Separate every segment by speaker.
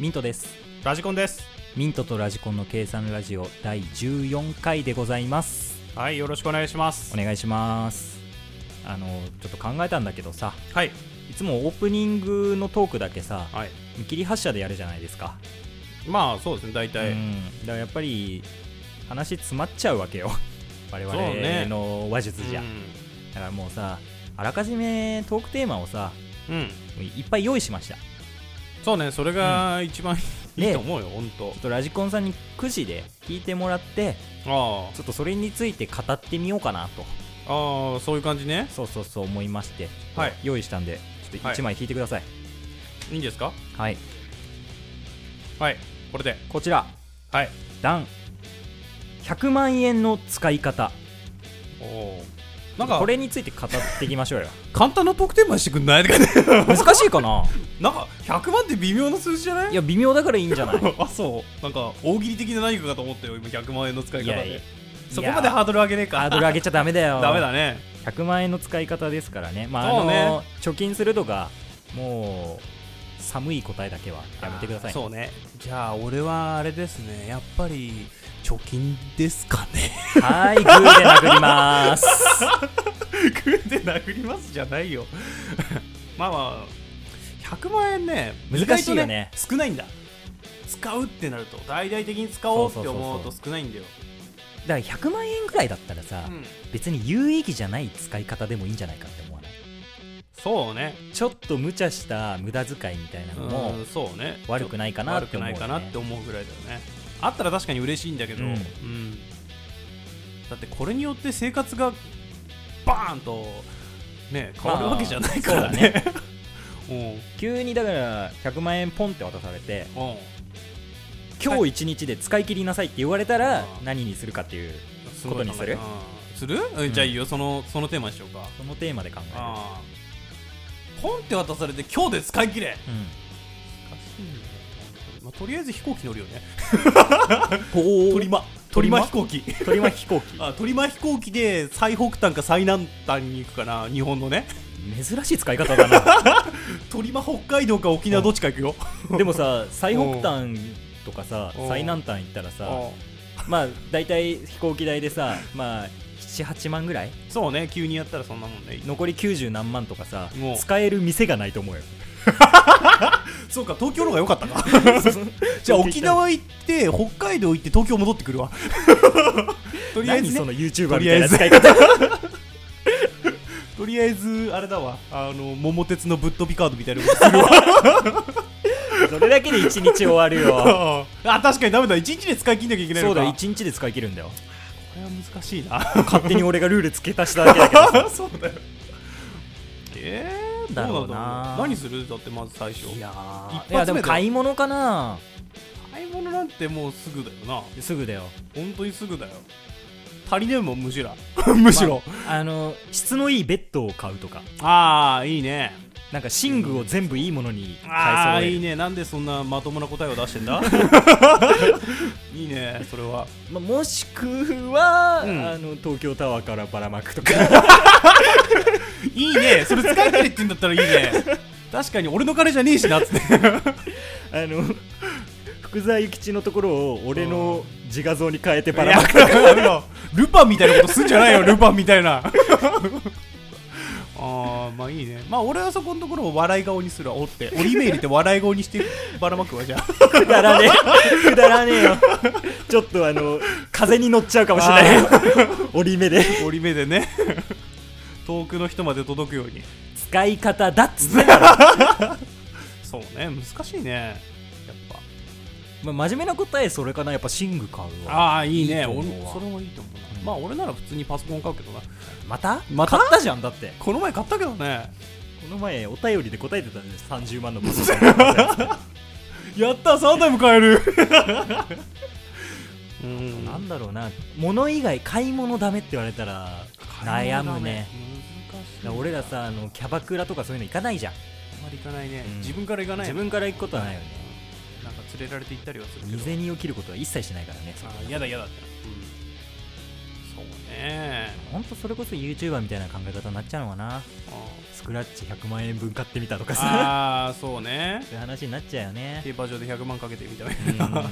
Speaker 1: ミントです
Speaker 2: ラジコンです
Speaker 1: ミントとラジコンの計算ラジオ第14回でございます
Speaker 2: はいよろしくお願いします
Speaker 1: お願いしますあのちょっと考えたんだけどさ
Speaker 2: はい
Speaker 1: いつもオープニングのトークだけさ
Speaker 2: はい
Speaker 1: 見切り発車でやるじゃないですか、
Speaker 2: まあそうですね大体、
Speaker 1: うんだからやっぱり話詰まっちゃうわけよ 我々
Speaker 2: そうね
Speaker 1: の話術じゃ、
Speaker 2: う
Speaker 1: だからもうさあらかじめトークテーマをさ
Speaker 2: ん、うん
Speaker 1: いっぱい用意しましたち
Speaker 2: そうねそれが一番いい
Speaker 1: ね
Speaker 2: と思うよ、本当
Speaker 1: ょっとラジコンさんにくじで聞いてもらって
Speaker 2: あ
Speaker 1: ちょっとそれについて語ってみようかなと
Speaker 2: あああそういう感じね
Speaker 1: そうそうそう思いまして、
Speaker 2: はい
Speaker 1: 用意したんでちょっと1枚引いてください
Speaker 2: いいんですか
Speaker 1: はい、
Speaker 2: はいこれで
Speaker 1: こちら
Speaker 2: はい
Speaker 1: ダン100万円の使い方
Speaker 2: おおなんか
Speaker 1: これについて語っていきましょうよ
Speaker 2: 簡単な得点ましてくんないとかね
Speaker 1: 難しいかな
Speaker 2: なんか100万って微妙な数字じゃない
Speaker 1: いや微妙だからいいんじゃない
Speaker 2: あそうなんか大喜利的な何かかと思ったよ今100万円の使い方で
Speaker 1: いやいや
Speaker 2: そこまでハードル上げねえか
Speaker 1: ハードル上げちゃダメだよ
Speaker 2: ダメだね
Speaker 1: 100万円の使い方ですからねまああ
Speaker 2: そう
Speaker 1: の、
Speaker 2: ね
Speaker 1: 貯金するとかもう寒い答えだけはやめてください、
Speaker 2: そうねじゃあ俺はあれですねやっぱり貯金ですか ね
Speaker 1: はいグーで殴ります
Speaker 2: グーで殴りますじゃないよ まあまあ100万円ね
Speaker 1: 難しいよね
Speaker 2: 意外と少ないんだ使うってなると大々的に使おうって思うと少ないんだよ
Speaker 1: だから100万円ぐらいだったらさ、
Speaker 2: うん
Speaker 1: 別に有意義じゃない使い方でもいいんじゃないかって思わない
Speaker 2: そうね
Speaker 1: ちょっと無茶した無駄遣いみたいなのも
Speaker 2: うんそうね
Speaker 1: 悪くないかなって思うよ
Speaker 2: 悪
Speaker 1: ね
Speaker 2: くないかなって思うぐらいだよねあったら確かに嬉しいんだけど、
Speaker 1: うん
Speaker 2: うんだってこれによって生活がバーンとね変わるわけじゃないからね,、
Speaker 1: 急にだから100万円ポンって渡されて
Speaker 2: うんうん
Speaker 1: 今日一日で使い切りなさいって言われたら
Speaker 2: うん
Speaker 1: 何にするかっていう
Speaker 2: すごい考え
Speaker 1: ことにする
Speaker 2: うんする、うんじゃあいいよそのそのテーマにしようか、
Speaker 1: そのテーマで考える
Speaker 2: あーポンって渡されて今日で使い切れ、まあ、とりあえず飛行機乗る よね
Speaker 1: うん、
Speaker 2: 鳥間
Speaker 1: 鳥
Speaker 2: 鳥
Speaker 1: 間
Speaker 2: 間飛行機
Speaker 1: 鳥間飛行機
Speaker 2: あ鳥間飛行機で最北端か最南端に行くかな日本 のね
Speaker 1: 珍しい使い方 だ
Speaker 2: 鳥間北海道か沖縄どっちか行くよ
Speaker 1: なでもさ最北端とかさ
Speaker 2: うん
Speaker 1: 最南端行ったらさまあ大体飛行機代でさまあ78万ぐらい
Speaker 2: そうね急にやったらそんなもんね
Speaker 1: 残り90何万とかさ
Speaker 2: もう
Speaker 1: 使える店がないと 思うよ
Speaker 2: そうか東京の方が良かったか じ
Speaker 1: じ
Speaker 2: ゃあ沖縄行って北海道行って東京戻ってくる わとりあえ
Speaker 1: 何
Speaker 2: ず
Speaker 1: そ
Speaker 2: ね
Speaker 1: の YouTuber みたいな使い方
Speaker 2: とりあえずあれだわあの桃鉄のぶっ飛びカードみたいなことするわ
Speaker 1: それだけで一日終わる よ
Speaker 2: あ確かにダメだ一日で使い切んなきゃいけない
Speaker 1: そ
Speaker 2: の
Speaker 1: うだ
Speaker 2: か
Speaker 1: よ一日で使い切るんだよ
Speaker 2: これは難しいな
Speaker 1: 勝手に俺がルール付け足しただけだけど
Speaker 2: そうだよ えー、
Speaker 1: だろうな
Speaker 2: どだろう何するだってまず最初
Speaker 1: いや
Speaker 2: 一
Speaker 1: ー
Speaker 2: 発目だよ
Speaker 1: いやでも買い物かな
Speaker 2: 買い物なんてもうすぐだよな
Speaker 1: すぐだよ
Speaker 2: 本当にすぐ だよ足りねえもんむしろむしろ、
Speaker 1: あの質のいいベッドを買うとか
Speaker 2: ああいいね
Speaker 1: なんか寝具を全部いいものに
Speaker 2: ああ
Speaker 1: 買い揃え
Speaker 2: いい
Speaker 1: る
Speaker 2: ねなんでそんなまともな答えを出して んだいいねそれは
Speaker 1: まあもしくは、
Speaker 2: うん
Speaker 1: あの東京タワーからばらまくとか
Speaker 2: いいねそれ使い切れって言うんだったらいいね確かに俺の金じゃねえしなっつって
Speaker 1: あの福沢諭吉のところを俺の自画像に変えてばらまく
Speaker 2: やめろルパンみたいなことすんじゃないよルパンみた いなあーまあいいねまあ俺はそこのところを笑い顔にするわ折って折り目入れて笑い顔にしてばらまくわじゃあ
Speaker 1: くだらねえくだらねえよちょっとあの風に乗っちゃうかもしれないよ折り目で
Speaker 2: 折り目でね 遠くの人まで届くように
Speaker 1: 使い方だっつってん だろ、
Speaker 2: そうね難しいねやっぱ
Speaker 1: ま真面目な答えそれかなやっぱ寝具買うわ
Speaker 2: ああいい
Speaker 1: い
Speaker 2: ね
Speaker 1: いと思
Speaker 2: 俺
Speaker 1: うわ
Speaker 2: それもいいと思うな、
Speaker 1: うん
Speaker 2: まあ俺なら普通にパソコン買う けどな
Speaker 1: また
Speaker 2: また
Speaker 1: 買ったじゃんだって
Speaker 2: この前買ったけどね
Speaker 1: この前お便りで答えてたんです30万のパ ソコン
Speaker 2: やった3台も買える うん
Speaker 1: なんだろうな物以外買い物ダメって言われたら悩むね
Speaker 2: 難しい
Speaker 1: だから俺らさあのキャバクラとかそういうの行かないじゃん
Speaker 2: あんまり行かないね、
Speaker 1: うん
Speaker 2: 自分から行かない
Speaker 1: 自分から行くことはないよね
Speaker 2: なんか連れられて行ったりはするけど
Speaker 1: 未然を切ることは一切しないからね
Speaker 2: あーやだやだって、そうね
Speaker 1: ほんとそれこそ YouTuber みたいな考え方になっちゃうのかなスクラッチ100万円分買ってみたとか さ
Speaker 2: ああーそうね
Speaker 1: そういう話になっちゃうよね
Speaker 2: 競馬場で100万かけてみたい
Speaker 1: うん、ま
Speaker 2: な、
Speaker 1: あ、
Speaker 2: うん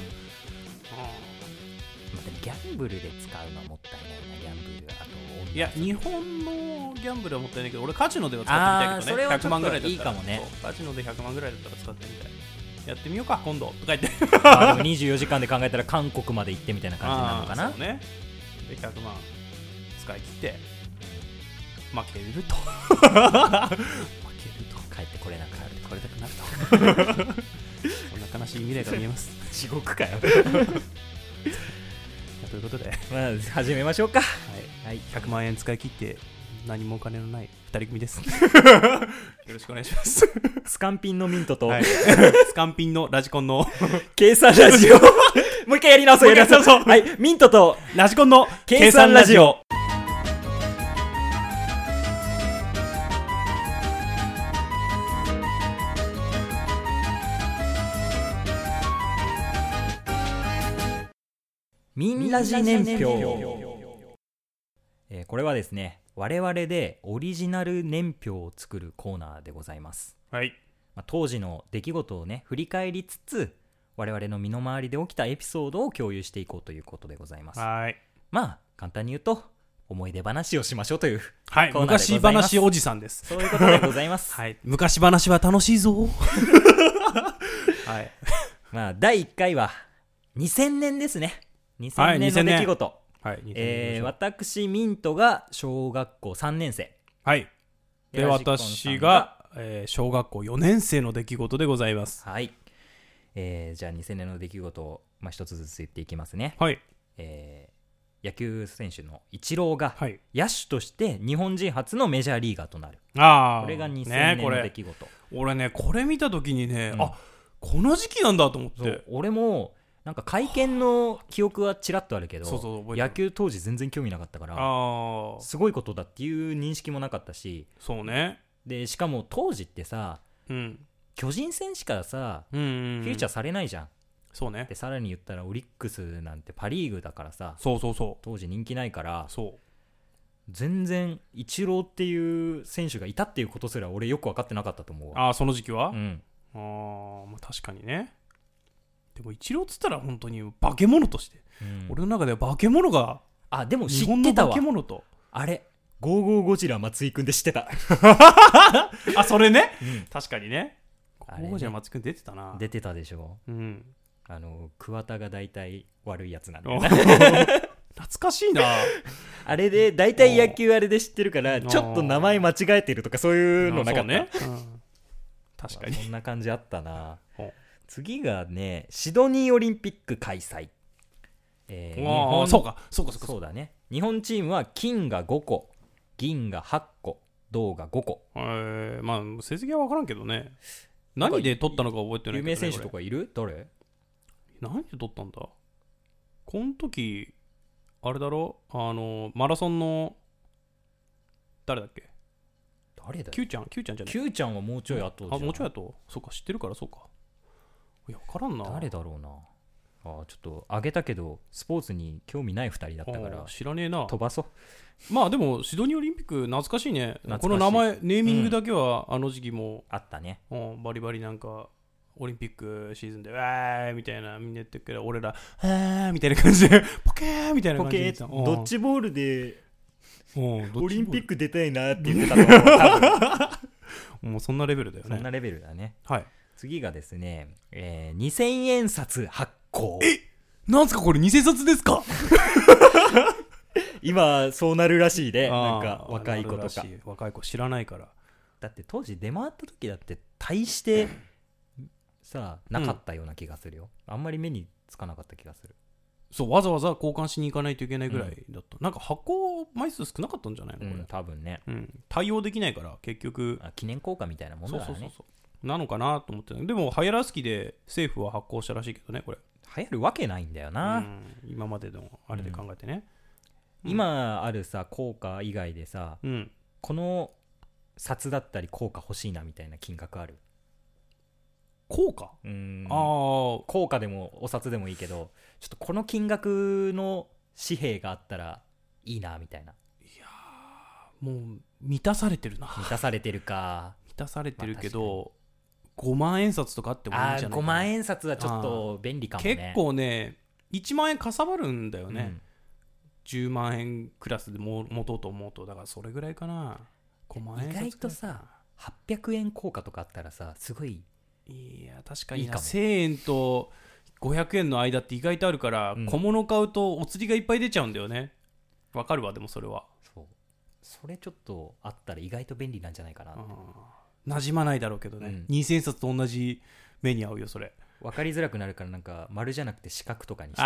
Speaker 1: でもギャンブルで使うのはもったいないなギャンブルあと
Speaker 2: いや日本のギャンブルはもったいないけど俺カジノでは使
Speaker 1: あー
Speaker 2: ってみたいけど
Speaker 1: それ
Speaker 2: ね
Speaker 1: はちょっと
Speaker 2: 100万ぐらいだった
Speaker 1: い
Speaker 2: ら
Speaker 1: いかもね
Speaker 2: そうカジノで100万ぐらいだったら使ってみたいやってみようか今度とか言って
Speaker 1: まあでも24時間で考えたら韓国まで行ってみたいな感じになるのか
Speaker 2: あー
Speaker 1: な
Speaker 2: そうねで100万使い切って負けると負けると
Speaker 1: 帰ってこれなくなる
Speaker 2: これたくなると そんな悲しい未来が見えます
Speaker 1: 地獄かよ
Speaker 2: ということで、はい、
Speaker 1: まあ始めましょうかはい
Speaker 2: 100万円使い切って何もお金のない2人 組ですよろしくお願いします
Speaker 1: スカンピンのミントと、
Speaker 2: はい、スカンピンのラジコンの
Speaker 1: 計算ラジオ もう一回やり直そうやり直そうはいミントと
Speaker 2: ラジコンの
Speaker 1: 計算ラジ
Speaker 2: オ
Speaker 1: オミンラジ年表、えーこれはですね我々でオリジナル年表を作るコーナーでございます
Speaker 2: はい
Speaker 1: まあ、当時の出来事をね振り返りつつ我々の身の回りで起きたエピソードを共有していこうということでございます
Speaker 2: はい
Speaker 1: まあ簡単に言うと思い出話をしましょうという
Speaker 2: はい
Speaker 1: コーナーでございます
Speaker 2: 昔話おじさんで す
Speaker 1: そういうことでございま す
Speaker 2: はい昔話は楽しいぞはい
Speaker 1: まあ第1回は2000年ですね
Speaker 2: はい
Speaker 1: 2000年の
Speaker 2: 2000年
Speaker 1: 出来事、
Speaker 2: はい、
Speaker 1: えー私ミントが小学校3年生
Speaker 2: はい。で、
Speaker 1: ラジコンさん
Speaker 2: 私が、えー小学校4年生の出来事でございます。
Speaker 1: はい、えーじゃあ2000年の出来事を、まあ、一つずつ言っていきますね、
Speaker 2: はい。
Speaker 1: えー野球選手のイチローが
Speaker 2: はい。
Speaker 1: 野手として日本人初のメジャーリーガーとなる
Speaker 2: ああ。
Speaker 1: これが2000
Speaker 2: ね
Speaker 1: 年
Speaker 2: こ
Speaker 1: の出
Speaker 2: れ。
Speaker 1: 来事、
Speaker 2: 俺ね、これ見たときにね、
Speaker 1: うん
Speaker 2: あこの時期なんだと思って。
Speaker 1: そう俺もなんか会見の記憶はちらっとあるけど
Speaker 2: そうそう覚えてる
Speaker 1: 野球当時全然興味なかったから
Speaker 2: ああ。
Speaker 1: すごいことだっていう認識もなかったし
Speaker 2: そうね。
Speaker 1: でしかも当時ってさ
Speaker 2: うん。
Speaker 1: 巨人戦しかさ
Speaker 2: うんうん、うん。
Speaker 1: フューチャーされないじゃん、
Speaker 2: そうね
Speaker 1: で。さらに言ったらオリックスなんてパ・リーグだからさ
Speaker 2: そうそうそ
Speaker 1: 当時人気ないから
Speaker 2: う。そう。
Speaker 1: 全然イチローっていう選手がいたっていうことすら俺よく分かってなかったと思うわ
Speaker 2: ああ、その時期は、
Speaker 1: うん
Speaker 2: ああ、まあ確かにね。でも、一郎っつったら本当に化け物として。
Speaker 1: うん
Speaker 2: 俺の中では化け物が、
Speaker 1: あでも知
Speaker 2: 日
Speaker 1: っ
Speaker 2: 本
Speaker 1: て
Speaker 2: の
Speaker 1: た
Speaker 2: 化
Speaker 1: わ
Speaker 2: け物と。
Speaker 1: あれゴーゴーゴジラ松井くんで知ってた、
Speaker 2: あ、それね。
Speaker 1: うん
Speaker 2: 確かにね。こ
Speaker 1: あれね
Speaker 2: こじゃ松君出てたな。
Speaker 1: 出てたでしょ
Speaker 2: うん。
Speaker 1: あの桑田が大体悪いやつなんだよ
Speaker 2: お
Speaker 1: な
Speaker 2: 懐かしいな。
Speaker 1: あれで大体野球あれで知ってるから
Speaker 2: おー
Speaker 1: ちょっと名前間違えてるとかそういうのなか
Speaker 2: そ
Speaker 1: った
Speaker 2: うね。うん確かに
Speaker 1: まあ。そんな感じあったな
Speaker 2: お
Speaker 1: 次がねシドニーオリンピック開催えー日
Speaker 2: おー
Speaker 1: 本
Speaker 2: そうか、そうか、そうか。
Speaker 1: そうだね日本チームは金が5個銀が8個銅が5個
Speaker 2: えーまあ、成績は分からんけどね。何で取ったのか覚えてないけど、ね。
Speaker 1: 有名選手と
Speaker 2: こ
Speaker 1: かいる誰
Speaker 2: れ何で取ったんだこの時、あれだろあの、マラソンの、誰だっけ
Speaker 1: 誰だよ
Speaker 2: ?Q ちゃん ?Q ちゃんじゃない
Speaker 1: Q ちゃんはもうちょい後じゃん
Speaker 2: あ、もうちょいやと。そうか、知ってるから、そうか。いや、分からんな。
Speaker 1: 誰だろうなあーちょっとあげたけどスポーツに興味ない2人だったから
Speaker 2: あー知らねえな。
Speaker 1: 飛ばそう
Speaker 2: まあでもシドニーオリンピック懐かしいね
Speaker 1: 懐かしい
Speaker 2: この名前ネーミングだけはあの時期も、
Speaker 1: あったね
Speaker 2: うんバリバリなんかオリンピックシーズンで「わーい!」みたいなみんな言ってるけど俺ら「あー」みたいな感じで「ポケー!」みたいな
Speaker 1: ポ
Speaker 2: 感じ
Speaker 1: ケ
Speaker 2: で言てたうん
Speaker 1: ドッジボールで
Speaker 2: うん
Speaker 1: オリンピッ
Speaker 2: ク
Speaker 1: ク出たいなって言ってたと思う 多分
Speaker 2: もうそんなレベルだよ
Speaker 1: そんな
Speaker 2: ね
Speaker 1: レベルだね
Speaker 2: はい
Speaker 1: 次がですね、えー、2000円札発行
Speaker 2: なんすかこれ偽札ですか
Speaker 1: 今そうなるらしいねな
Speaker 2: あ
Speaker 1: ん
Speaker 2: ー
Speaker 1: か若い子と
Speaker 2: あ
Speaker 1: か
Speaker 2: るらしい若い子知らないから
Speaker 1: だって当時出回った時だって大してさなかったような気がするよ、あんまり目につかなかった気がする
Speaker 2: そうわざわざ交換しに行かないといけないぐらいだった、なんか箱枚数少なかったんじゃないの
Speaker 1: う
Speaker 2: これ、
Speaker 1: ん多分ね
Speaker 2: うん、対応できないから結局
Speaker 1: あ記念硬貨みたいなもん
Speaker 2: そ
Speaker 1: だ
Speaker 2: う
Speaker 1: から
Speaker 2: そ
Speaker 1: ね
Speaker 2: うそうそうなのかなと思ってたでも流行らす気で政府は発行したらしいけどねこれ
Speaker 1: 流行るわけないんだよな、
Speaker 2: うん今までのあれで考えてねうん
Speaker 1: 今あるさ効果以外でさ
Speaker 2: うん、
Speaker 1: この札だったり効果欲しいなみたいな金額ある
Speaker 2: 効果
Speaker 1: うーん
Speaker 2: ああ
Speaker 1: 効果でもお札でもいいけどちょっとこの金額の紙幣があったらいいなみたいな
Speaker 2: もう満たされてるな
Speaker 1: 満たされてるか
Speaker 2: 満たされてるけど、5万円札とかあってもいい
Speaker 1: あ
Speaker 2: んじ
Speaker 1: ー
Speaker 2: ゃない
Speaker 1: 5
Speaker 2: かな
Speaker 1: 万円札はちょっと便利かもね
Speaker 2: 結構ね1万円かさばるんだよね、
Speaker 1: うん
Speaker 2: 10万円クラスでも持とうと思うとだからそれぐらいかな5万円
Speaker 1: 意外とさ800円硬貨とかあったらさすごい
Speaker 2: いや確か
Speaker 1: い
Speaker 2: に
Speaker 1: い
Speaker 2: な
Speaker 1: かも
Speaker 2: 1000円と500円の間って意外とあるから、
Speaker 1: うん
Speaker 2: 小物買うとお釣りがいっぱい出ちゃうんだよねわかるわでもそれは、
Speaker 1: そうそれちょっとあったら意外と便利なんじゃないかな
Speaker 2: うん、馴染まないだろうけどね、
Speaker 1: うん
Speaker 2: 2000冊と同じ目に合うよ それ
Speaker 1: 分かりづらくなるからなんか丸じゃなくて四角とかにしてさ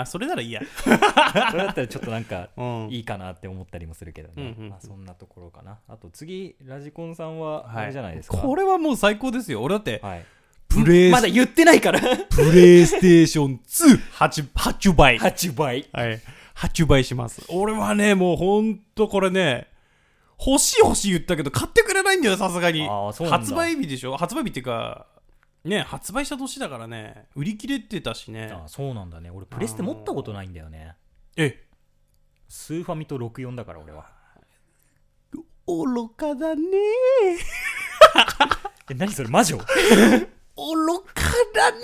Speaker 2: あそれならいいや、
Speaker 1: それだったらちょっとなんか
Speaker 2: うん、
Speaker 1: いいかなって思ったりもするけどね、
Speaker 2: うんうんうん
Speaker 1: まあ、そんなところかなあと次ラジコンさんは
Speaker 2: はい
Speaker 1: あれじゃないですか、
Speaker 2: これはもう最高ですよ俺だって
Speaker 1: はい
Speaker 2: プレイ
Speaker 1: まだ言ってない から
Speaker 2: プレイステーション2発発売
Speaker 1: 8倍
Speaker 2: はい。発売します。俺はね、もうほんとこれね、欲しい欲しい言ったけど、買ってくれないんだよ、さすがに。
Speaker 1: ああそうなんだ
Speaker 2: 発売日でしょ発売日っていうか、ね、発売した年だからね、売り切れてたしね。
Speaker 1: あそうなんだね俺プレステ持ったことないんだよね
Speaker 2: え、
Speaker 1: スーファミと64だから俺は
Speaker 2: 愚かだね。
Speaker 1: え何それ魔 女
Speaker 2: 愚かだね。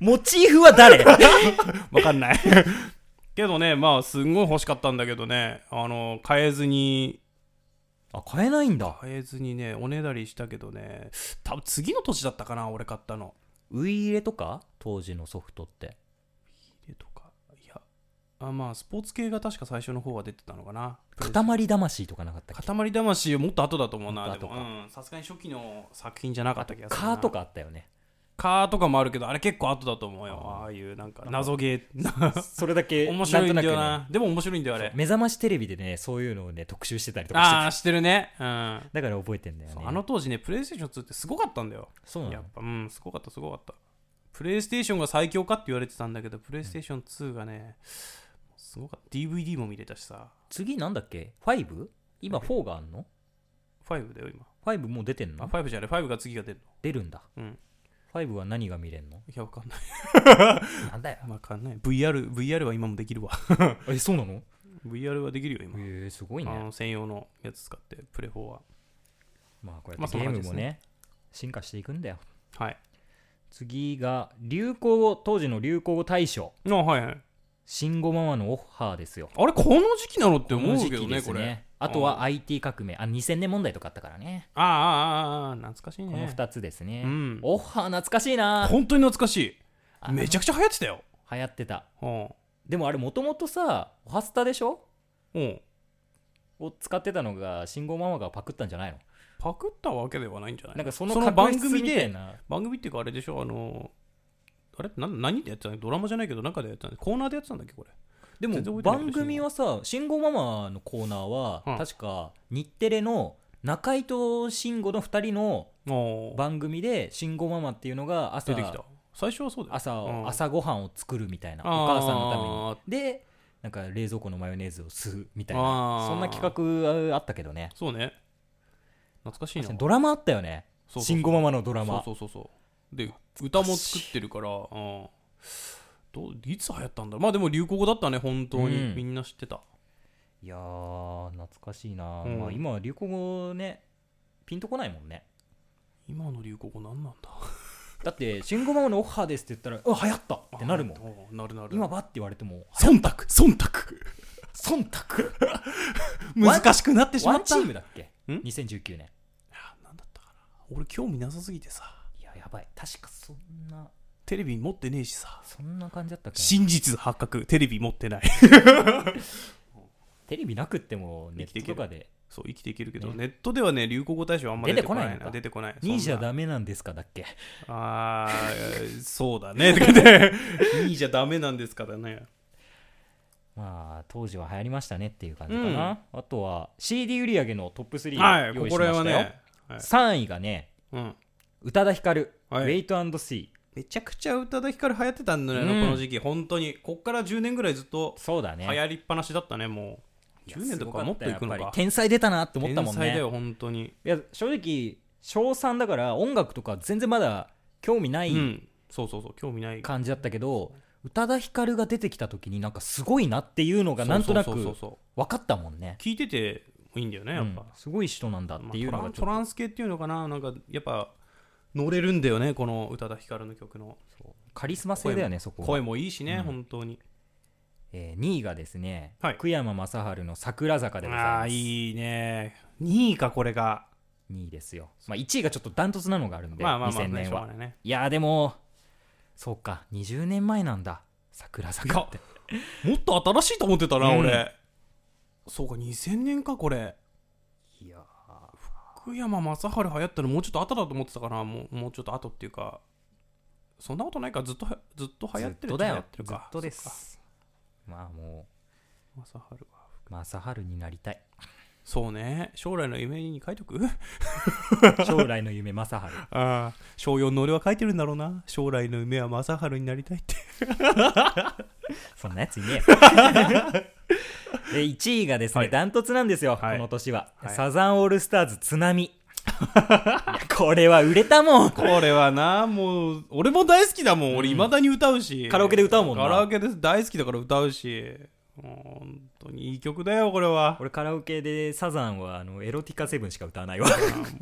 Speaker 1: モチーフは 誰
Speaker 2: わかん ない。けどね、まあ、すんごい欲しかったんだけどね、あの、買えずに、
Speaker 1: あ買えないんだ
Speaker 2: 買えずにね、おねだりしたけどね、多分次の年だったかな、俺買ったの。
Speaker 1: ウイイレとか当時のソフトって
Speaker 2: でとかいやあまあスポーツ系が確か最初の方は出てたのかな
Speaker 1: 塊魂とかなかったっけ
Speaker 2: 塊魂はもっと後だと思うな
Speaker 1: もっ
Speaker 2: で
Speaker 1: と後
Speaker 2: も
Speaker 1: か
Speaker 2: うんさすがに初期の作品じゃなかった気がするな
Speaker 1: カーとかあったよね
Speaker 2: カーとかもあるけどあれ結構後だと思うよああいうなんか謎ゲ ー
Speaker 1: それだけ
Speaker 2: 面白いんだよな
Speaker 1: なんと
Speaker 2: でも面白いんだよあ
Speaker 1: なくね
Speaker 2: れ
Speaker 1: 目覚ましテレビでねそういうのをね特集してたりとかして
Speaker 2: ああしてるねうん
Speaker 1: だから覚えてんだよね
Speaker 2: そうあの当時ねプレイステーション2ってすごかったんだよ
Speaker 1: そうな
Speaker 2: やっ
Speaker 1: の
Speaker 2: ぱうんすごかったすごかったプレイステーションが最強かって言われてたんだけどプレイステーション2がねすごかった DVD も見れたしさ
Speaker 1: 次なんだっけ 5? 今4があんの
Speaker 2: 5だよ今
Speaker 1: ?5 もう出てん
Speaker 2: あ
Speaker 1: の
Speaker 2: 5じゃない5が次が出る
Speaker 1: 出るんだ
Speaker 2: のうん
Speaker 1: 5は何が見れんの
Speaker 2: いやわかんない
Speaker 1: なんだよ
Speaker 2: わかんない VR, VR は今もできる わ
Speaker 1: えそうなの
Speaker 2: VR はできるよ今、
Speaker 1: えー、すごい
Speaker 2: あ
Speaker 1: ね
Speaker 2: の専用のやつ使ってプレ4は
Speaker 1: まあこうや
Speaker 2: まあ
Speaker 1: っ
Speaker 2: そ
Speaker 1: てゲ
Speaker 2: んな
Speaker 1: ー
Speaker 2: 感
Speaker 1: ム
Speaker 2: じです
Speaker 1: も
Speaker 2: ね
Speaker 1: ね進化していくんだよ
Speaker 2: はい
Speaker 1: 次が流行語当時の流行語大賞
Speaker 2: あはいはい
Speaker 1: 慎吾ママのオッハーですよ
Speaker 2: あれこの時期なのって思うけ
Speaker 1: こ
Speaker 2: ど
Speaker 1: の時期で
Speaker 2: ね
Speaker 1: す
Speaker 2: これ
Speaker 1: あとは IT 革命あ2000年問題とかあったからね
Speaker 2: ああああああ懐かしい
Speaker 1: この
Speaker 2: ね
Speaker 1: 2つですね、
Speaker 2: うん
Speaker 1: オッハー懐かしいな
Speaker 2: 本当に懐かし
Speaker 1: あ
Speaker 2: いめちゃくちゃ流行ってたよ
Speaker 1: 流行ってた
Speaker 2: うん
Speaker 1: でもあれもともとさオハスタでしょ
Speaker 2: うん
Speaker 1: を使ってたのが信号ママがパクったんじゃないの
Speaker 2: パクったわけではないんじゃない
Speaker 1: なんかその確
Speaker 2: 番
Speaker 1: 執
Speaker 2: 組
Speaker 1: みたい
Speaker 2: で
Speaker 1: な
Speaker 2: 番組っていうかあれでしょあのあれなん何でやってたのドラマじゃないけど中でやってたのコーナーでやってたんだっけこれ
Speaker 1: で
Speaker 2: 全然
Speaker 1: も
Speaker 2: 覚えてないけ
Speaker 1: 番
Speaker 2: ど
Speaker 1: 組はさ信号ママのコーナーは、
Speaker 2: うん
Speaker 1: 確か日テレの中井と慎吾の2人の
Speaker 2: おー
Speaker 1: 番組で信号ママっていうのが朝
Speaker 2: 出てきた最初はそうだよ
Speaker 1: 朝,、
Speaker 2: うん
Speaker 1: 朝ごはんを作るみたいなお
Speaker 2: あー
Speaker 1: 母さんのためにでなんか冷蔵庫のマヨネーズを吸うみたいな
Speaker 2: あー
Speaker 1: そんな企画あったけどね
Speaker 2: そうね。懐かしいな。
Speaker 1: ドラマあったよね
Speaker 2: そうそうそう
Speaker 1: 慎吾ママのドラマ
Speaker 2: そうそうそうそう。で、歌も作ってるから、うん。どういつ流行ったんだろうまあでも流行語だったね、本当に。
Speaker 1: うん
Speaker 2: みんな知ってた。
Speaker 1: いやー懐かしいな、
Speaker 2: うん
Speaker 1: まあ、今は流行語ねピンとこないもんね
Speaker 2: 今の流行語何なんだ
Speaker 1: だって「慎吾ママのオッハーです」って言ったら「うわ流行った!」ってなるもん
Speaker 2: ん。なるなる。
Speaker 1: 今ばって言われても
Speaker 2: 忖度忖度
Speaker 1: 忖度
Speaker 2: 難しくな ってしま
Speaker 1: ワ
Speaker 2: っ
Speaker 1: ン
Speaker 2: た。
Speaker 1: チームだっけ
Speaker 2: ん
Speaker 1: 2019年
Speaker 2: いや何だったかな俺興味なさすぎてさ、
Speaker 1: いややばい確かそんな
Speaker 2: テレビ持ってねえしさ。
Speaker 1: そんな感じだったっけな
Speaker 2: 真実発覚、テレビ持ってない。
Speaker 1: テレビなくってもネットとかで
Speaker 2: そう、生きていけるけど、ネットではね、流行語大賞あんま出てこないな。
Speaker 1: 出
Speaker 2: 出てこない。
Speaker 1: 「ニージ
Speaker 2: そん
Speaker 1: ャ
Speaker 2: な
Speaker 1: ダメなんですか?」だっけ
Speaker 2: ああ、 そうだね。とかね、いいじゃダメなんですからね。
Speaker 1: まあ当時は流行りましたねっていう感じかな、あとは CD 売り上げのトップ3
Speaker 2: はい、
Speaker 1: 用
Speaker 2: こ
Speaker 1: 意し
Speaker 2: こ
Speaker 1: ま
Speaker 2: ら
Speaker 1: した
Speaker 2: 辺
Speaker 1: よ、
Speaker 2: はね。はい
Speaker 1: 3位がね
Speaker 2: うん、
Speaker 1: 宇多田ヒカル、
Speaker 2: はい
Speaker 1: Wait&See
Speaker 2: めちゃくちゃ宇多田ヒカル流行ってたんだよ
Speaker 1: う
Speaker 2: ね、
Speaker 1: ん
Speaker 2: この時期、本当に。こっから10年ぐらいずっと
Speaker 1: そうだね
Speaker 2: 流行りっぱなしだったね、もう。
Speaker 1: いや
Speaker 2: 10年とか
Speaker 1: すご
Speaker 2: もっ
Speaker 1: った
Speaker 2: と
Speaker 1: よ
Speaker 2: いくの
Speaker 1: やっぱり
Speaker 2: か。
Speaker 1: 天才出たなって思ったもん
Speaker 2: 天才
Speaker 1: ね
Speaker 2: だよ、本当に。
Speaker 1: いや正直小3だから音楽とか全然まだ興味な
Speaker 2: う
Speaker 1: い
Speaker 2: ん、そうそうそう、興味ない。
Speaker 1: 感じだったけど、宇多田ヒカルが出てきた時になんかすごいなっていうのがなんとなく
Speaker 2: そうそうそう
Speaker 1: 分
Speaker 2: そう
Speaker 1: かったもんね
Speaker 2: 聞いてていいんだよねやっぱ、
Speaker 1: うんすごい人なんだっ
Speaker 2: まあ
Speaker 1: ていうのがち
Speaker 2: ト
Speaker 1: ょっ
Speaker 2: ラントランス系っていうのかななんかやっぱ乗れるんだよねこの宇多田ヒカルの曲の
Speaker 1: とカリスマ性だよねそこは
Speaker 2: 声もいいしね、
Speaker 1: うん
Speaker 2: 本当に
Speaker 1: えー、2位がですね、
Speaker 2: はい
Speaker 1: 福山雅治の「桜坂」でござい
Speaker 2: あ
Speaker 1: ま
Speaker 2: あ
Speaker 1: す
Speaker 2: ーいいね2位かこれが
Speaker 1: 2位ですよ、まあ、1位がちょっとダントツなのがあるんで、
Speaker 2: まあまあまあ
Speaker 1: 2000
Speaker 2: ね
Speaker 1: 年
Speaker 2: しょうが
Speaker 1: は
Speaker 2: ないね
Speaker 1: いやーでもそうか20年前なんだ桜坂って
Speaker 2: もっと新しいと思ってたな、
Speaker 1: うん
Speaker 2: 俺そうか2000年かこれ
Speaker 1: いやー
Speaker 2: 福山雅治流行ったのもうちょっと後だと思ってたからもうもうちょっと後っていうかそんなことないかずっとはずっと流行ってる
Speaker 1: ずっとだ
Speaker 2: 流行
Speaker 1: よ
Speaker 2: って
Speaker 1: ず
Speaker 2: る
Speaker 1: っ
Speaker 2: か
Speaker 1: とで
Speaker 2: そっか
Speaker 1: すまあも
Speaker 2: 雅治は
Speaker 1: う雅治になりた い
Speaker 2: そうね将来の夢に書いとく
Speaker 1: 将来の夢雅治
Speaker 2: ああ小4の俺は書いてるんだろうな将来の夢は雅治になりたいって
Speaker 1: そんなやついねえよ で1位がですね、
Speaker 2: はい
Speaker 1: ダントツなんですよ、
Speaker 2: はい
Speaker 1: この年は、
Speaker 2: はい
Speaker 1: サザンオールスターズ津 波いやこれは売れたもん
Speaker 2: これはなもう俺も大好きだもん、俺いまだに歌うし
Speaker 1: カラオケで歌うもんな
Speaker 2: カラオケで大好きだから歌うしもう本当にいい曲だよこれは
Speaker 1: 俺カラオケでサザンはあのエロティカセブンしか歌わないわ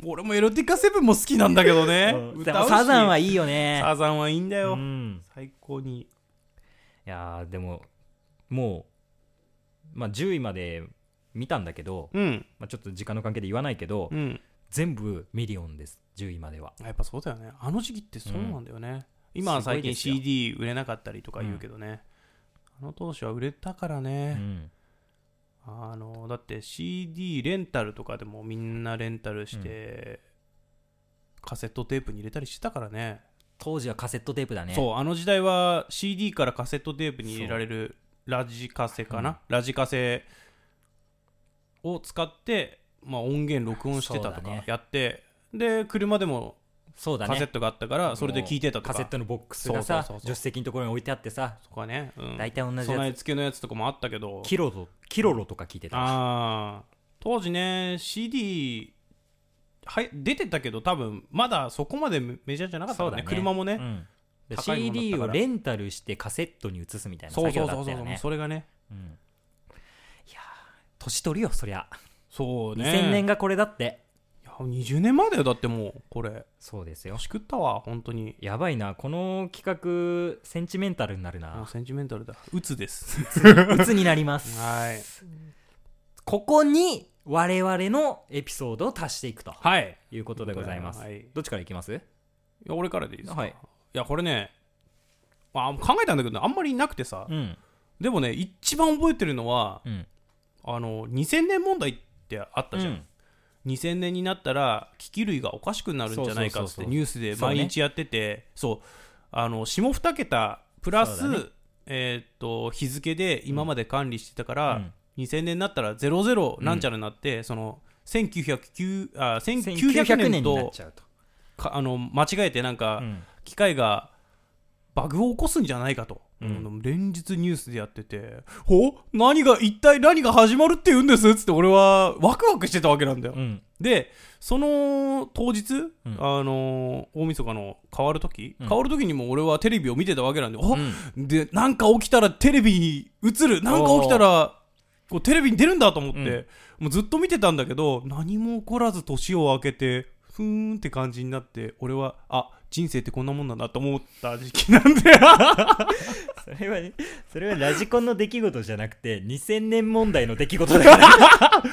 Speaker 2: 俺もエロティカセブンも好きなんだけどね
Speaker 1: うんで
Speaker 2: 歌う
Speaker 1: も
Speaker 2: し
Speaker 1: サザンはいいよね
Speaker 2: サザンはいいんだよ、
Speaker 1: うん
Speaker 2: 最高に
Speaker 1: いやーでももう、まあ、10位まで見たんだけど、
Speaker 2: うん
Speaker 1: まあ、ちょっと時間の関係で言わないけど、
Speaker 2: うん
Speaker 1: 全部ミリオンです10位までは
Speaker 2: やっぱそうだよねあの時期ってそうなんだよね、今は
Speaker 1: すごい
Speaker 2: 最近
Speaker 1: ですよ
Speaker 2: CD 売れなかったりとか言うけどね、あの当時は売れたから
Speaker 1: う
Speaker 2: ね、
Speaker 1: ん
Speaker 2: あのだって CD レンタルとかでもみんなレンタルして、カセットテープに入れたりしてたからね
Speaker 1: 当時はカセットテープだね
Speaker 2: そうあの時代は CD からカセットテープに入れられるラジカセかな、
Speaker 1: うん
Speaker 2: ラジカセを使って、まあ、音源録音してたと
Speaker 1: そうだ
Speaker 2: か
Speaker 1: ね
Speaker 2: やって、で車でも
Speaker 1: そうだ
Speaker 2: カセッ
Speaker 1: ね
Speaker 2: トがあったからそれで聞いてたとか
Speaker 1: カセットのボックスがさ
Speaker 2: そうそうそうそう
Speaker 1: 助手席のところに置いてあってさ
Speaker 2: とかね、うん、
Speaker 1: 大体同じ
Speaker 2: 備
Speaker 1: や
Speaker 2: え
Speaker 1: つ
Speaker 2: 付けのやつとかもあったけど
Speaker 1: キロロキロロとか聞いてた
Speaker 2: あー当時ね CD はい出てたけど多分まだそこまでメジャーじゃなかったか
Speaker 1: そう
Speaker 2: らね
Speaker 1: だね
Speaker 2: 車もね、
Speaker 1: うんで
Speaker 2: 高いものだった
Speaker 1: CD
Speaker 2: から
Speaker 1: をレンタルしてカセットに移すみたいな
Speaker 2: そう
Speaker 1: 作
Speaker 2: そ
Speaker 1: 業
Speaker 2: うそ
Speaker 1: だったよ
Speaker 2: うそう、もう
Speaker 1: ね
Speaker 2: それがね
Speaker 1: うんいやー年取るよそりゃ
Speaker 2: そうね
Speaker 1: 2000年がこれだって
Speaker 2: いや20年前だよだってもうこれ
Speaker 1: そうですよ
Speaker 2: 年食ったわ本当に
Speaker 1: やばいなこの企画センチメンタルになる
Speaker 2: もう
Speaker 1: な
Speaker 2: センチメンタルだ鬱です
Speaker 1: 鬱になります
Speaker 2: はい
Speaker 1: ここに我々のエピソードを足していくと
Speaker 2: はい
Speaker 1: いうことでございます
Speaker 2: はい、い
Speaker 1: どっちからいきます
Speaker 2: や俺からでいいですか、
Speaker 1: はい
Speaker 2: い、やこれねあ考えたんだけどあんまりなくてさ、
Speaker 1: うん
Speaker 2: でもね一番覚えてるのは
Speaker 1: うん
Speaker 2: あの2000年問題ってあったじゃん、2000年になったら危機類がおかしくなるんじゃないかっつっ
Speaker 1: そうそうそうそ
Speaker 2: て
Speaker 1: う
Speaker 2: ニュースで毎日やっててそう,、あの下2桁プラス、
Speaker 1: そうだね
Speaker 2: えーっと日付で今まで管理してたから、
Speaker 1: うん
Speaker 2: 2000年になったら00なんちゃらになって、その1909あ1900
Speaker 1: 1900
Speaker 2: 年
Speaker 1: 年になっ
Speaker 2: と
Speaker 1: ちゃうと
Speaker 2: かあの間違えてなんか、
Speaker 1: うん
Speaker 2: 機械がバグを起こすんじゃないかと、
Speaker 1: うん
Speaker 2: あの連日ニュースでやっててほ何が一体何が始まるって言うんですっつって俺はワクワクしてたわけなんだよ、
Speaker 1: うん
Speaker 2: でその当日、
Speaker 1: うん
Speaker 2: あのー大晦日の変わる時、
Speaker 1: うん
Speaker 2: 変わる時にも俺はテレビを見てたわけなんで、
Speaker 1: う
Speaker 2: あ
Speaker 1: ん
Speaker 2: でなんか起きたらテレビに映るなんか起きたらこうテレビに出るんだと思って、
Speaker 1: うん
Speaker 2: もうずっと見てたんだけど何も起こらず年を明けてふーんって感じになって俺はあ人生ってこんなもんなんだと思った時期なん で
Speaker 1: それはねそれはラジコンの出来事じゃなくて2000年問題の出来事だ から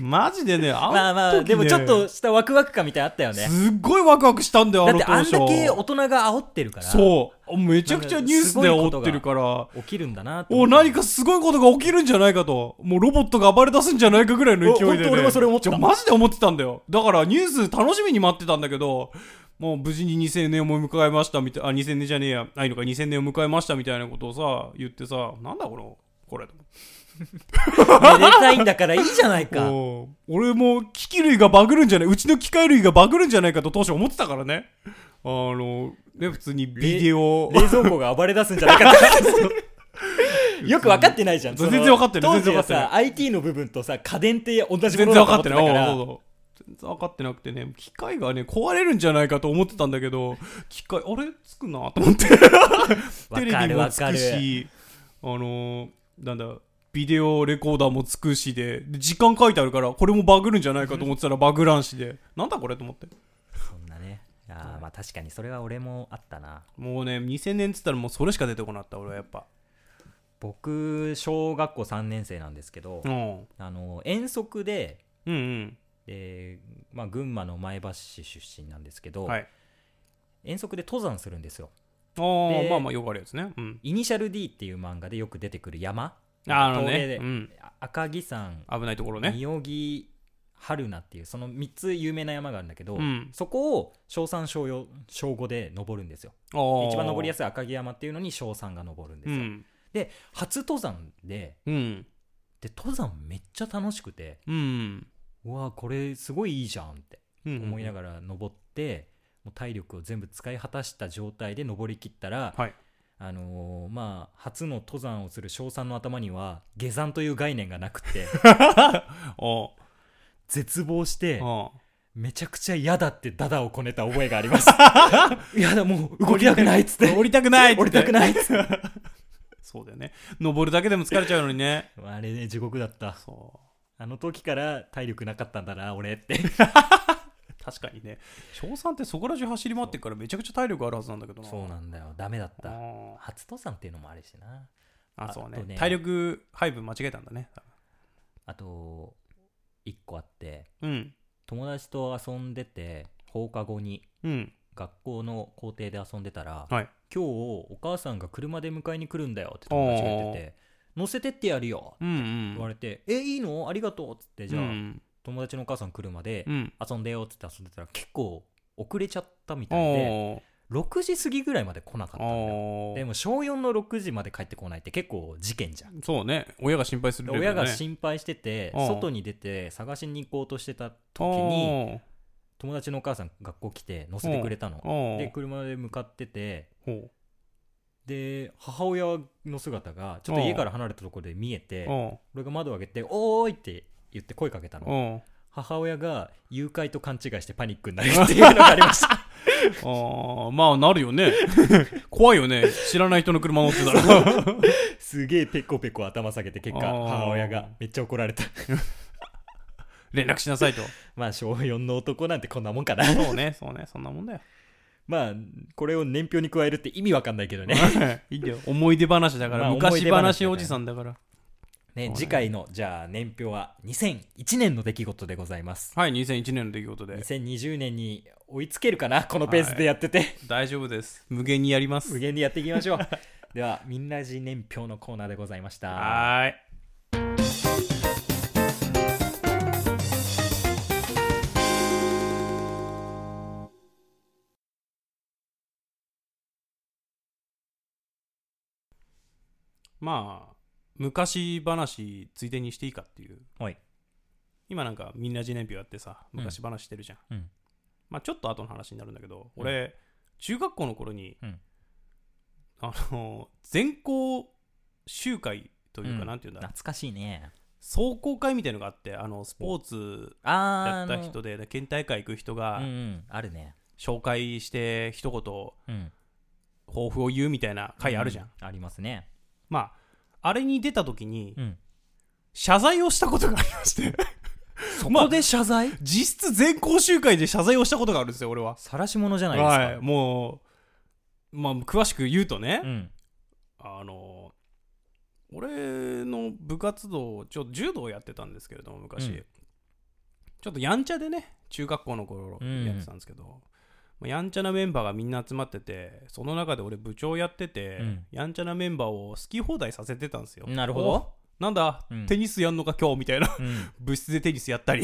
Speaker 2: マジでねあん時ね
Speaker 1: まあまあでもちょっとしたワクワク感みたいなのあったよね
Speaker 2: すっごいワクワクしたんだよ
Speaker 1: だ
Speaker 2: あ
Speaker 1: っ
Speaker 2: の
Speaker 1: て
Speaker 2: 当
Speaker 1: あん
Speaker 2: 初
Speaker 1: だけ大人が煽ってるから
Speaker 2: そうめちゃくちゃニュースで煽ってるから
Speaker 1: 起きるんだなって思
Speaker 2: お
Speaker 1: った
Speaker 2: 何かすごいことが起きるんじゃないかともうロボットが暴れ出すんじゃないかぐらいの勢いで、ね、
Speaker 1: お本当俺もそれ思ってた
Speaker 2: いやマジで思ってたんだよだからニュース楽しみに待ってたんだけどもう無事に2000年を迎えましたみたいあ2000年じゃねえやないのか2000年を迎えましたみたいなことをさ言ってさなんだこのこれ
Speaker 1: めでたいんだからいいじゃないか
Speaker 2: おー俺も機器類がバグるんじゃないうちの機械類がバグるんじゃないかと当初思ってたからねあのね普通にビデオ
Speaker 1: 冷蔵庫が暴れ出すんじゃないかなよく分かってないじゃん
Speaker 2: 全然
Speaker 1: その
Speaker 2: 分かってない
Speaker 1: 当時
Speaker 2: 全然
Speaker 1: は
Speaker 2: 分かって
Speaker 1: さ IT の部分とさ家電って同じも
Speaker 2: 全
Speaker 1: の
Speaker 2: 然
Speaker 1: だと思っ
Speaker 2: 分かっ
Speaker 1: ててた
Speaker 2: な
Speaker 1: か
Speaker 2: いおう
Speaker 1: ら
Speaker 2: おうおう全然分かってなくてね機械がね壊れるんじゃないかと思ってたんだけど機械あれつくなと思って
Speaker 1: わ
Speaker 2: テ
Speaker 1: か
Speaker 2: レビ
Speaker 1: る
Speaker 2: も
Speaker 1: わ
Speaker 2: つ
Speaker 1: か
Speaker 2: く
Speaker 1: る
Speaker 2: しあのーなんだビデオレコーダーもつくしでで時間書いてあるからこれもバグるんじゃないかと思ってたらバグらんしでなんだこれと思って
Speaker 1: そんなねあーまあ確かにそれは俺もあったな
Speaker 2: もうね2000年っつったらもうそれしか出てこなかった俺はやっぱ
Speaker 1: 僕小学校3年生なんですけど、
Speaker 2: うんうん
Speaker 1: あの遠足で、
Speaker 2: うん
Speaker 1: えーまあ、群馬の前橋市出身なんですけど、
Speaker 2: はい
Speaker 1: 遠足で登山するんですよ
Speaker 2: あー
Speaker 1: で
Speaker 2: まあまあよくあるやつねうん
Speaker 1: イニシャル D っていう漫画でよく出てくる山
Speaker 2: あの
Speaker 1: 峠
Speaker 2: ね
Speaker 1: で、
Speaker 2: うん、
Speaker 1: あ赤城山
Speaker 2: 危ないところね
Speaker 1: 三木春菜っていうその3つ有名な山があるんだけど、
Speaker 2: うん
Speaker 1: そこを小3小4小5で登るんですよ一
Speaker 2: 一
Speaker 1: 番登りや
Speaker 2: す
Speaker 1: すい赤城山っていうのに小3が登るんです
Speaker 2: う
Speaker 1: よ、
Speaker 2: ん
Speaker 1: 初登山で
Speaker 2: うん
Speaker 1: で登山めっちゃ楽しくて
Speaker 2: うん
Speaker 1: うわーこれすごいいいじゃんって思いな
Speaker 2: が
Speaker 1: がら登って、もう体力を全部使い果たした状態で登りきったら、
Speaker 2: はい
Speaker 1: あのーまあ初の登山をする小三の頭には下山という概念がなく て
Speaker 2: らお
Speaker 1: 絶望して
Speaker 2: お
Speaker 1: めちゃくちゃ嫌だってダダをこねた覚えがあります いやだもう動きたくないっつって
Speaker 2: 降りたくない
Speaker 1: 降りたくないっつって
Speaker 2: そうだよね登るだけでも疲れちゃうのにね
Speaker 1: あれね地獄だった
Speaker 2: そ
Speaker 1: あの時から体力なかったんだな俺って
Speaker 2: う確かにね小三ってそこら中走り回ってっからめちゃくちゃ体力あるはずなんだけどな
Speaker 1: そうなんだよダメだった
Speaker 2: あ
Speaker 1: 初登山っていうのもあるしな
Speaker 2: ーあそう
Speaker 1: あ
Speaker 2: ね
Speaker 1: とね
Speaker 2: 体力配分間違えたんだね
Speaker 1: あと1個あって
Speaker 2: うん
Speaker 1: 友達と遊んでて放課後に
Speaker 2: うん
Speaker 1: 学校の校庭で遊んでたら、
Speaker 2: はい
Speaker 1: 今日お母さんが車で迎えに来るんだよって友達が言ってて乗せてってやるよって
Speaker 2: うん
Speaker 1: 言
Speaker 2: う
Speaker 1: わ
Speaker 2: ん
Speaker 1: れて、えいいのありがとうっつってじゃあ、
Speaker 2: うん
Speaker 1: 友達のお母さん車で
Speaker 2: うん
Speaker 1: 遊んでよっつって遊んでたら結構遅れちゃったみたいで
Speaker 2: お
Speaker 1: 6時過ぎぐらいまで来なかったんだよ
Speaker 2: お
Speaker 1: でも小4の6時まで帰ってこないって結構事件じゃん
Speaker 2: そうね親が心配する
Speaker 1: で
Speaker 2: レベル
Speaker 1: 親
Speaker 2: だね
Speaker 1: が心配してて
Speaker 2: うん
Speaker 1: 外に出て探しに行こうとしてた時に友達のお母さん学校来て乗せてくれたの
Speaker 2: おーおー
Speaker 1: で車で向かってて
Speaker 2: ほう
Speaker 1: で母親の姿がちょっと家から離れたところで見えて
Speaker 2: お
Speaker 1: 俺が窓を開けて「おーい!」って言って声かけた
Speaker 2: う
Speaker 1: の
Speaker 2: おう
Speaker 1: 母親が誘拐と勘違いしてパニックになるっていうのがありました
Speaker 2: ああ、まあなる よね。怖いよね。知らない人の車乗ってたら。
Speaker 1: すげえペコペコ頭下げて結果
Speaker 2: あー
Speaker 1: 母親がめっちゃ怒られた
Speaker 2: 連絡しなさいと。
Speaker 1: まあ小4の男なんてこんなもんかな
Speaker 2: そうね、そうね、そんなもんだよ。
Speaker 1: まあこれを年表に加えるって意味わかんないけどね
Speaker 2: いいんだよ。思い出話だから、
Speaker 1: まあ思い
Speaker 2: 昔
Speaker 1: 出話だ
Speaker 2: 話
Speaker 1: から
Speaker 2: おじさんだから。
Speaker 1: ね
Speaker 2: ね
Speaker 1: 次回のじゃあ年表は2001年の出来事でございます
Speaker 2: はい、2001年の出来事で。
Speaker 1: 2020年に追いつけるかなこのペースでやってて、
Speaker 2: 大丈夫です。無限にやります。
Speaker 1: 無限にやっていきましょう ではみんなじ年表のコーナーでございました
Speaker 2: はーい。まあ、昔話ついでにしていいかっていう。
Speaker 1: はい
Speaker 2: 今なんかみんな自年表やってさ、
Speaker 1: ん
Speaker 2: 昔話してるじゃん。
Speaker 1: うん
Speaker 2: まあちょっと後の話になるんだけど、俺、中学校の頃に、
Speaker 1: うん
Speaker 2: あの、全校集会というか、
Speaker 1: うん
Speaker 2: なんていうんだろう
Speaker 1: 懐かしいね
Speaker 2: 壮行会みたいのがあってあのスポーツ
Speaker 1: あー
Speaker 2: や
Speaker 1: あ
Speaker 2: っ
Speaker 1: の
Speaker 2: た人で県大会行く人
Speaker 1: うんう
Speaker 2: が
Speaker 1: んあるね
Speaker 2: 紹介して一言
Speaker 1: うん
Speaker 2: 抱負を言うみたいな会あるじゃん、
Speaker 1: うありますね
Speaker 2: まああれに出た時に
Speaker 1: うん
Speaker 2: 謝罪をしたことがあり まして
Speaker 1: そ
Speaker 2: まあ
Speaker 1: こで謝罪、
Speaker 2: 実質全校集会で謝罪をしたことがあるんですよ俺は
Speaker 1: 晒し者じゃないですか、
Speaker 2: はいもうまあ詳しく言うとね、
Speaker 1: うん
Speaker 2: あの俺の部活動ちょ柔道をやってたんですけれども昔、
Speaker 1: うん
Speaker 2: ちょっとやんちゃでね中学校の頃
Speaker 1: うん
Speaker 2: やってたんですけど、まあやんちゃなメンバーがみんな集まっててその中で俺部長やってて、
Speaker 1: うん
Speaker 2: やんちゃなメンバーを好き放題させてたんですよ
Speaker 1: なるほど
Speaker 2: おなんだ、
Speaker 1: うん
Speaker 2: テニスやんのか今日みたいな
Speaker 1: うん
Speaker 2: 部室でテニスやっ たり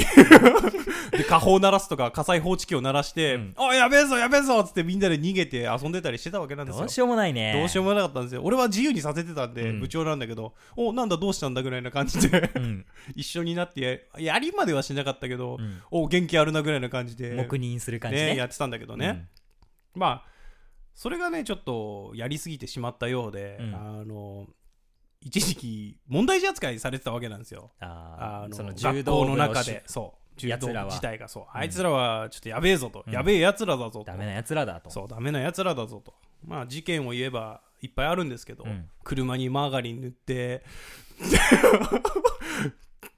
Speaker 2: で火砲鳴らすとか火災報知器を鳴らして「
Speaker 1: うん
Speaker 2: あやべえぞやべえぞ」っつってみんなで逃げて遊んでたりしてたわけなんですよ
Speaker 1: どうしようもないね
Speaker 2: どうしようもなかったんですよ。俺は自由にさせてたんで、
Speaker 1: うん
Speaker 2: 部長なんだけど、お、なんだどうしたんだぐらいな感じで、
Speaker 1: うん、
Speaker 2: 一緒になってや、やりまではしなかったけど、
Speaker 1: うん
Speaker 2: お、元気あるなぐらいな感じで、
Speaker 1: 黙認する感じね
Speaker 2: ね、やってたんだけどね。まあ、それがね、ちょっとやりすぎてしまったようで、
Speaker 1: うん
Speaker 2: あの、一時期、問題児扱いされてたわけなんですよ。
Speaker 1: うんあー
Speaker 2: の
Speaker 1: その柔
Speaker 2: 学
Speaker 1: 道
Speaker 2: 校
Speaker 1: 部
Speaker 2: の
Speaker 1: の
Speaker 2: 中
Speaker 1: し
Speaker 2: で。そう。中東
Speaker 1: 奴らは
Speaker 2: 自体がそうあいつらはちょっとやべえぞと、
Speaker 1: うん
Speaker 2: やべえやつらだぞと
Speaker 1: ダメなやつらだと
Speaker 2: そうダメなやつらだぞとまあ事件を言えばいっぱいあるんですけど、
Speaker 1: うん
Speaker 2: 車にマーガリン塗って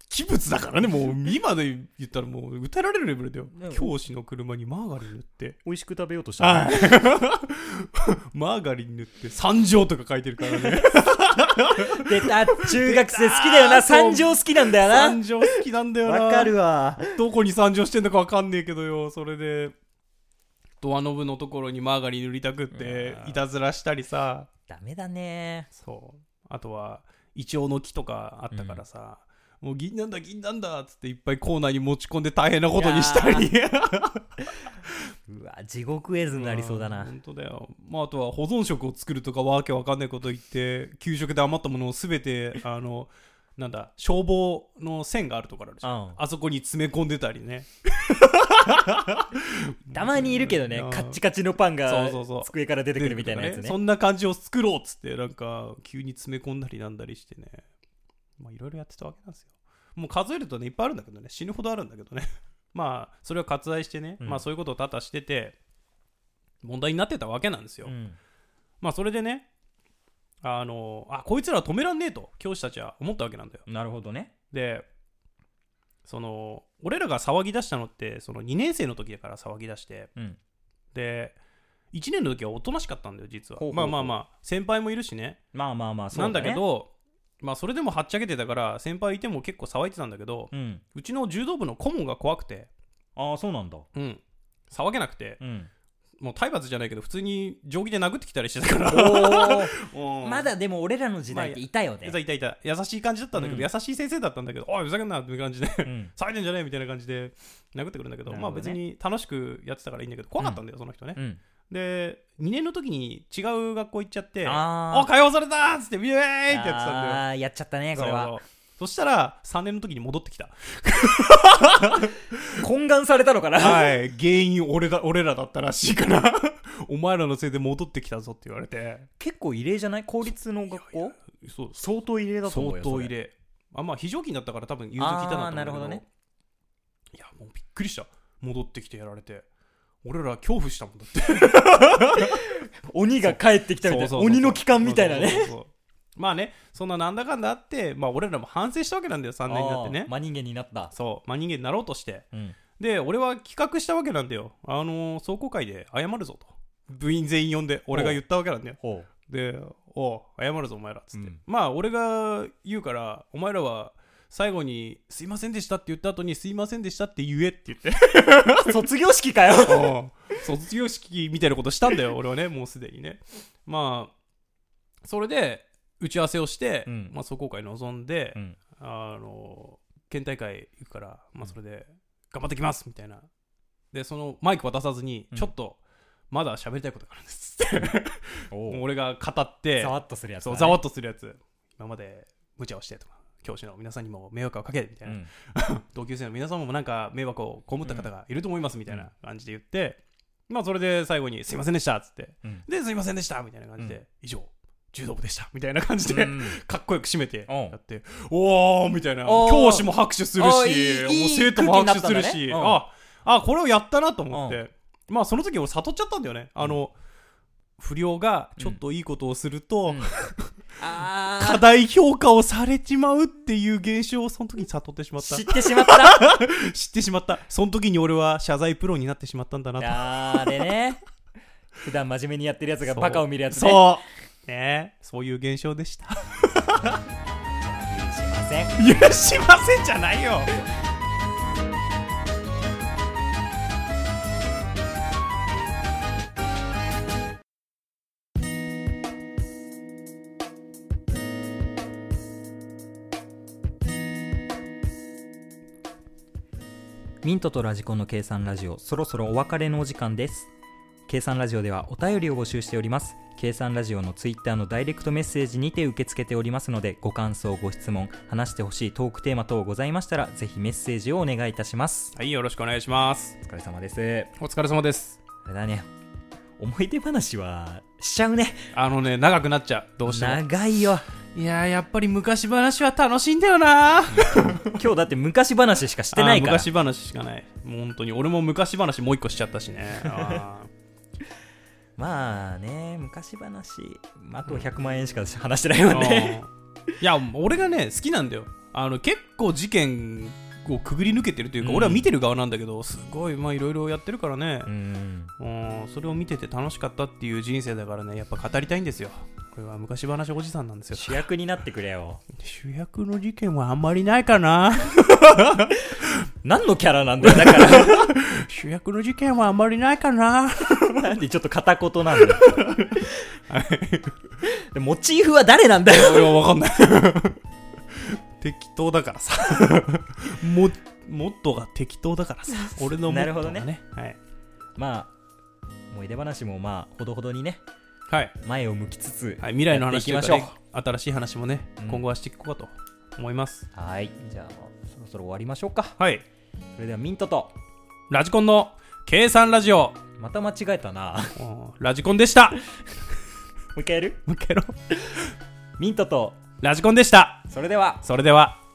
Speaker 2: 器物だからねもう今で言ったらもう歌えられるレベルだよ
Speaker 1: でも
Speaker 2: 教師の車にマーガリン塗って
Speaker 3: 美味しく食べようとしたら、
Speaker 2: あマーガリン塗って三条とか書いてるからね
Speaker 1: 出た中学生好きだよな
Speaker 2: 出たそう
Speaker 1: 三条好きなんだよ
Speaker 2: 三条好きなんだよ
Speaker 1: な
Speaker 2: な
Speaker 1: わかるわ
Speaker 2: どこに参上してんのかわかんねえけどよそれでドアノブのところにマーガリン塗りたくって
Speaker 1: うわ
Speaker 2: いたずらしたりさ
Speaker 1: ダメだね
Speaker 2: そうあとはイチョウの木とかあったからさ、もう銀なんだ銀なんだっつっていっぱいコーナーに持ち込んで大変なことにしたり
Speaker 1: うわ地獄絵図になりそうだな
Speaker 2: 本当だよ、まあ、あとは保存食を作るとかわけわかんないこと言って給食で余ったものを全 てあのなんだ消防の線があるところあるじゃん
Speaker 1: うん
Speaker 2: あそこに詰め込んでたりね
Speaker 1: たまにいるけどね
Speaker 2: うん
Speaker 1: カッチカチのパン
Speaker 2: そ
Speaker 1: が
Speaker 2: うそうそう
Speaker 1: 机から出てくるみたいなやつね
Speaker 2: そんな感じを作ろうっつってなんか急に詰め込んだりなんだりしてねまあいろいろやってたわけなんですよもう数えるとねいっぱいあるんだけどね死ぬほどあるんだけどね まあそれを割愛してね、
Speaker 1: うん
Speaker 2: まあそういうことを多々してて問題になってたわけなんですよ、
Speaker 1: うん
Speaker 2: まあそれでねあのあこいつらは止めらんねえと教師たちは思ったわけなんだよ
Speaker 1: なるほどね
Speaker 2: でその俺らが騒ぎ出したのってその2年生の時だから騒ぎ出して、
Speaker 1: うん
Speaker 2: で1年の時はおとなしかったんだよ実は
Speaker 1: ほうほう
Speaker 2: まあまあまあ先輩もいるしね
Speaker 1: まあまあまあそう
Speaker 2: なんだ
Speaker 1: ね
Speaker 2: けどまあそれでもはっちゃけてたから先輩いても結構騒いでたんだけど
Speaker 1: うん
Speaker 2: うちの柔道部の顧問が怖くて
Speaker 1: ああそうなんだ
Speaker 2: うん騒げなくて
Speaker 1: うん
Speaker 2: もう体罰じゃないけど普通に定規で殴ってきたりしてたから
Speaker 1: おーま
Speaker 2: ま
Speaker 1: だでも俺らの時代っていたよ
Speaker 2: い
Speaker 1: ね
Speaker 2: たいたいた優しい感じだったんだけど、
Speaker 1: う
Speaker 2: 優しい先生だったんだけどおいふざけんなって感じで
Speaker 1: うん
Speaker 2: 騒いでんじゃねえみたいな感じで殴ってくるんだけど
Speaker 1: なる
Speaker 2: ま
Speaker 1: ほ
Speaker 2: あ
Speaker 1: どね
Speaker 2: 別に楽しくやってたからいいんだけど怖かったんだよ、その人ね
Speaker 1: うん
Speaker 2: で2年の時に違う学校行っちゃって
Speaker 1: あ
Speaker 2: あ解放されたーっつってビューイってやってたんだよ
Speaker 1: あーやっちゃったねこれ
Speaker 2: そ
Speaker 1: は
Speaker 2: うそしたら3年の時に戻ってき た
Speaker 1: 懇願されたのかな
Speaker 2: はい原因俺だ俺らだったらしいから お前らのせいで戻ってきたぞって言われて
Speaker 1: 結構異例じゃない公立の学校
Speaker 2: そう
Speaker 3: 相当異例だと思う
Speaker 2: 相
Speaker 3: よ。
Speaker 2: 当
Speaker 3: それ
Speaker 2: 入。れあまあ非常勤だったから多分融通聞いたんだと思う
Speaker 1: あーなるほどね
Speaker 2: いやもうびっくりした戻ってきてやられて俺ら恐怖したもんだって
Speaker 1: 鬼が帰ってきたみた いな鬼の帰還みたいなね
Speaker 2: そうそうそうそうまあねそんななんだかんだあってまあ俺らも反省したわけなんだよ3年になって
Speaker 1: あ
Speaker 2: ね
Speaker 1: ー真人間になった
Speaker 2: そう、まあ、人間になろうとして
Speaker 1: うん
Speaker 2: で俺は企画したわけなんだよあのー壮行会で謝るぞと部員全員呼んで俺が言ったわけなんだよ
Speaker 1: ほ
Speaker 2: で「おう謝るぞお前ら」っつって、
Speaker 1: うん
Speaker 2: まあ俺が言うからお前らは最後に「すいませんでした」って言った後に「すいませんでした」って言えって言って
Speaker 1: う卒業式かよ
Speaker 2: おう卒業式みたいなことしたんだよ 俺はねもうすでにねまあそれで打ち合わせをして、
Speaker 1: うん
Speaker 2: まあ、壮行会臨んで、
Speaker 1: うん
Speaker 2: あの県大会行くから、まあ、それで頑張ってきますみたいなでそのマイク渡さずに、
Speaker 1: うん
Speaker 2: ちょっとまだ喋りたいことがあるんですってもう俺が語って
Speaker 1: ざわっとするやつ
Speaker 2: そ
Speaker 1: だ
Speaker 2: う
Speaker 1: ね
Speaker 2: ざわっとするやつ今まで無茶をしてとか教師の皆さんにも迷惑をかけてみたいうな、
Speaker 1: ん
Speaker 2: 同級生の皆さんもなんか迷惑を被った方がいると思いますみたいな感じで言って、まあそれで最後に「すいませんでした」っつって
Speaker 1: うん
Speaker 2: 「ですいませんでした」みたいな感じで「
Speaker 1: うん
Speaker 2: 以上柔道部でした」みたいな感じ
Speaker 1: う
Speaker 2: で、
Speaker 1: ん
Speaker 2: かっこよく締めて
Speaker 1: うん
Speaker 2: やって、おーみたいな
Speaker 1: おー
Speaker 2: 教師も拍手するし
Speaker 1: おーいいいい
Speaker 2: もう生徒も拍手する
Speaker 1: 空気に
Speaker 2: し、
Speaker 1: なったんだね
Speaker 2: ああこれをやったなと思って、まあその時俺悟っちゃったんだよねあの、不良がちょっといいことをすると、
Speaker 1: うんあ
Speaker 2: 過大評価をされちまうっていう現象をその時に悟ってしま
Speaker 1: ー
Speaker 2: った
Speaker 1: 知ってしまった
Speaker 2: 知ってしまったその時に俺は謝罪プロになってしまったんだなと
Speaker 1: あれね普段真面目にやってるやつが
Speaker 2: そう
Speaker 1: バカを見るやつね
Speaker 2: そうねそういう現象でした
Speaker 1: うすいません
Speaker 2: 許しませんじゃないよ
Speaker 1: ミントとラジコンの計算ラジオそろそろお別れのお時間です計算ラジオではお便りを募集しております計算ラジオのツイッターのダイレクトメッセージにて受け付けておりますのでご感想ご質問話してほしいトークテーマ等ございましたらぜひメッセージをお願いいたします
Speaker 2: はいよろしくお願いします
Speaker 1: お疲れ様です
Speaker 2: お疲れ様です
Speaker 1: あれだね思い出話はしちゃうね
Speaker 2: あのね、長くなっちゃう。どうしても。
Speaker 1: 長いよ
Speaker 2: いやーやっぱり昔話は楽しいんだよなし
Speaker 1: 今日だって昔話しかしてないから
Speaker 2: 昔話しかないもう本当に俺も昔話もう一個しちゃったしねあー
Speaker 1: まあね昔話あと100万円しか話してないもんね
Speaker 2: うんいや俺がね好きなんだよあの結構事件をくぐり抜けてるというか、
Speaker 1: うん
Speaker 2: 俺は見てる側なんだけどすごいまあいろいろやってるからね
Speaker 1: う、ん
Speaker 2: うん、それを見てて楽しかったっていう人生だからねやっぱ語りたいんですよこれは昔話おじさんなんですよ
Speaker 1: 主役になってくれよ
Speaker 2: 主役の事件はあんまりないかな
Speaker 1: 何のキャラなんだよだか
Speaker 2: 主役の事件はあんまりないかな
Speaker 1: らなんでちょっと片言なんだよでモチーフは誰なんだよ
Speaker 2: 俺は分かんない 適当だから さもモットーが適当だからさ俺のモ
Speaker 1: な
Speaker 2: ッ
Speaker 1: るほ
Speaker 2: トー
Speaker 1: ど
Speaker 2: が
Speaker 1: ね
Speaker 2: ねはい、
Speaker 1: まあ思い出話もまあほどほどにね
Speaker 2: はい
Speaker 1: 前を向きつつ
Speaker 2: はい、未来の話とい
Speaker 1: やっ
Speaker 2: うか
Speaker 1: ていきましょ
Speaker 2: ね新しい話もね、
Speaker 1: うん
Speaker 2: 今後はしていこうかと思います
Speaker 1: うはいじゃあそろそろ終わりましょうか
Speaker 2: はい
Speaker 1: それではミントと
Speaker 2: ラジコンの計算ラジオ
Speaker 1: また間違えたな も
Speaker 2: うんラジコンでした
Speaker 1: う一回やる
Speaker 2: もう一回やろう
Speaker 1: ミントと
Speaker 2: ラジコンでした
Speaker 1: それでは
Speaker 2: それでは